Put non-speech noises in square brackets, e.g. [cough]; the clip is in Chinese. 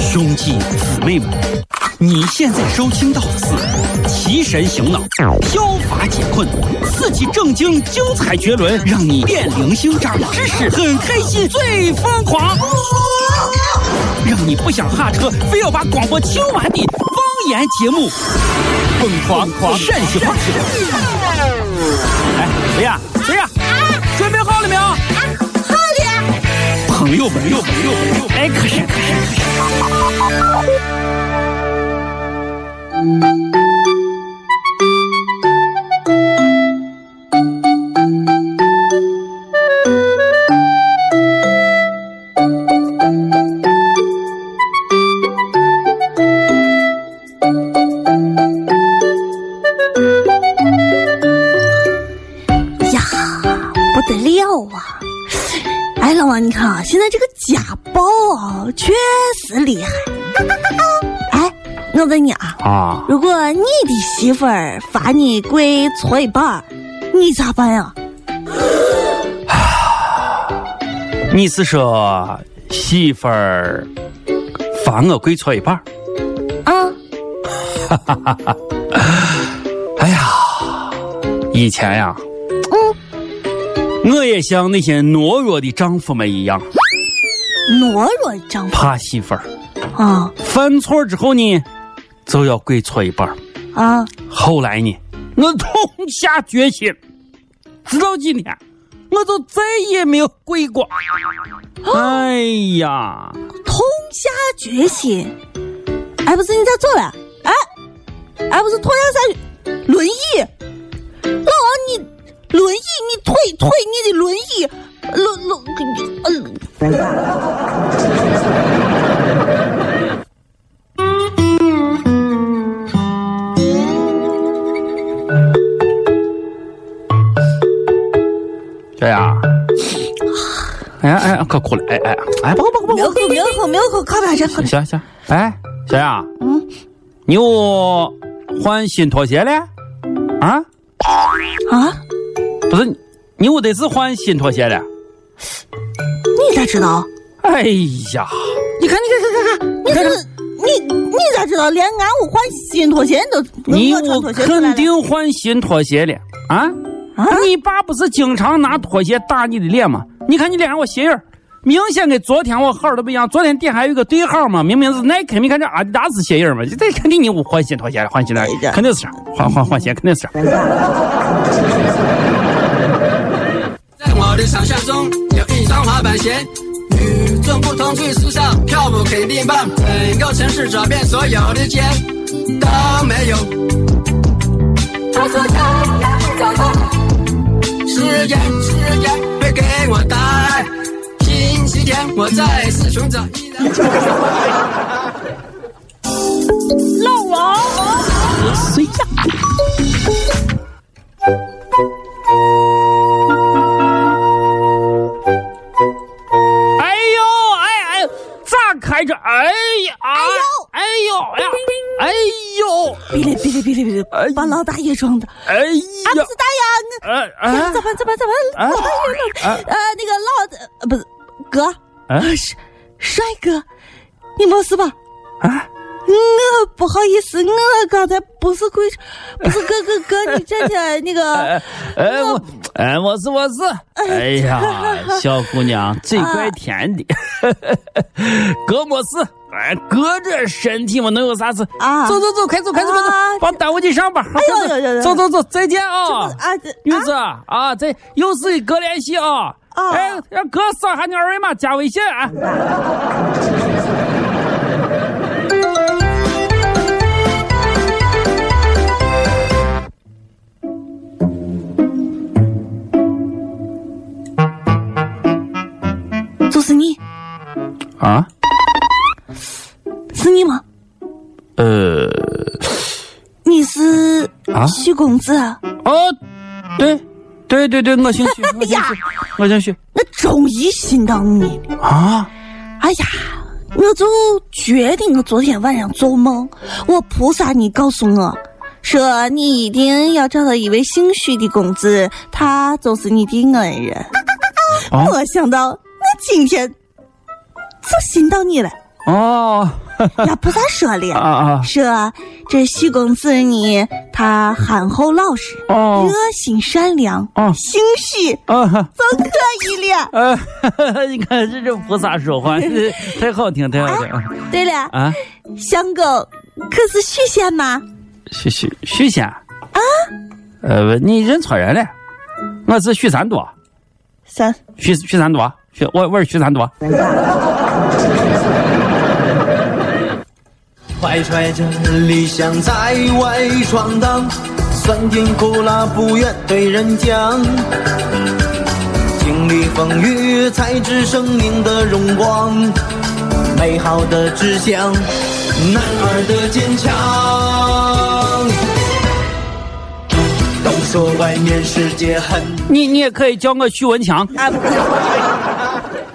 兄弟姊妹们，你现在收听到的是《提神醒脑、消乏解困、刺激正经、精彩绝伦》，让你变零星长知识，很开心，最疯狂，让你不想下车，非要把广播听完的方言节目，疯狂狂陕西话。哎，谁呀？谁呀？准备啊好了没有？好的，朋友们，朋友们，朋友们朋友们，哎，可是可是可是。呀，不得了啊！哎，老王，你看啊，现在这个家暴啊，确实厉害。哎，我问你啊，啊，如果你的媳妇儿罚你跪搓衣板儿，你咋办呀、你是说媳妇儿罚我跪搓衣板儿？啊？哎呀，以前呀，我也像那些懦弱的丈夫们一样，懦弱丈夫怕媳妇儿啊犯错之后呢，就要跪搓衣板儿。啊！后来呢，我痛下决心，直到今天，我就再也没有跪过。哎呀，痛下决心。哎，不是你咋走了？哎，哎，不是脱下啥轮椅？老王，你轮椅，你推推你的轮椅，轮轮，呃对呀、哎呀哎呀，可哭了！哎哎哎，不不不呃，不，苗口苗口苗口，靠边站，靠边行行，哎，小雅，嗯，你又换新拖鞋了？啊，啊！不是，你又得是换新拖鞋了？你咋知道？哎呀，你看，你看，看，看，看，你怎么？你你咋知道？连俺屋换新拖鞋你都你我我穿拖鞋出来了肯定换新拖鞋了啊！啊！你爸不是经常拿拖鞋打你的脸吗？你看你脸上我鞋印儿，明显跟昨天我号儿都不一样。昨天底下还有个对号嘛，明明是耐克，你看这阿迪达斯鞋印儿嘛，这肯定你我换新拖鞋了，换新的哎呀，肯定是换换换鞋，肯定是。在我的想象中有一双滑板鞋，与众不同最时尚，跳舞肯定棒。整个城市找遍所有的街都没有。他说他要去找到，誓言誓言别给我答案。星期天我再次寻找依然。老王，谁呀？哎呦，哎哎，咋开着？哎呀，哎呦，哎呀，哎呦，别了别了别了别了，把老大爷撞的。哎俺不呀是，大爷，俺哎哎哎咋办？咋办？咋办？哎老大爷，老哎呃，那个老子呃不是哥，哎呃是帅哥，你没事吧？哎，我不好意思，我刚才不是跪，不是哥哥哥，你站起来那个，哎我，哎我是我是，哎呀，小姑娘嘴怪甜的，啊哥没事，哎哥这身体嘛能有啥事？啊走走走，快走快走快走啊，帮耽误你上班，呦走呦呦呦走走走走，再见啊！啊这女啊子啊，这有事哥联系啊！啊哎，让哥扫下你二维码加微信啊！就是你，啊，是你吗？呃，你是啊徐公子，哦，对，对对对，我姓徐，我姓呀徐，我姓徐我终于心到你了。啊！哎呀，我就觉得我昨天晚上做梦，我菩萨你告诉我，说你一定要找到一位姓许的公子，他就是你的恩人。啊 [laughs] 我想到，我今天就寻到你了。哦，也不咋说啊了，啊说这徐公子呢，他憨厚老实，哦热心善良，哦行事啊！就可以了。呃， [laughs] 你看这这菩萨说话，这太好听，太好听啊对了，啊！相公可是许仙吗？许许许仙啊，呃，你认错人了，我是许三多，三许许三多，许我我是许三多。怀揣着理想在外闯荡，酸甜苦辣不愿对人讲。经历风雨，才知生命的荣光，美好的志向，男儿的坚强。都说外面世界很你你也可以叫我许文强，啊，不是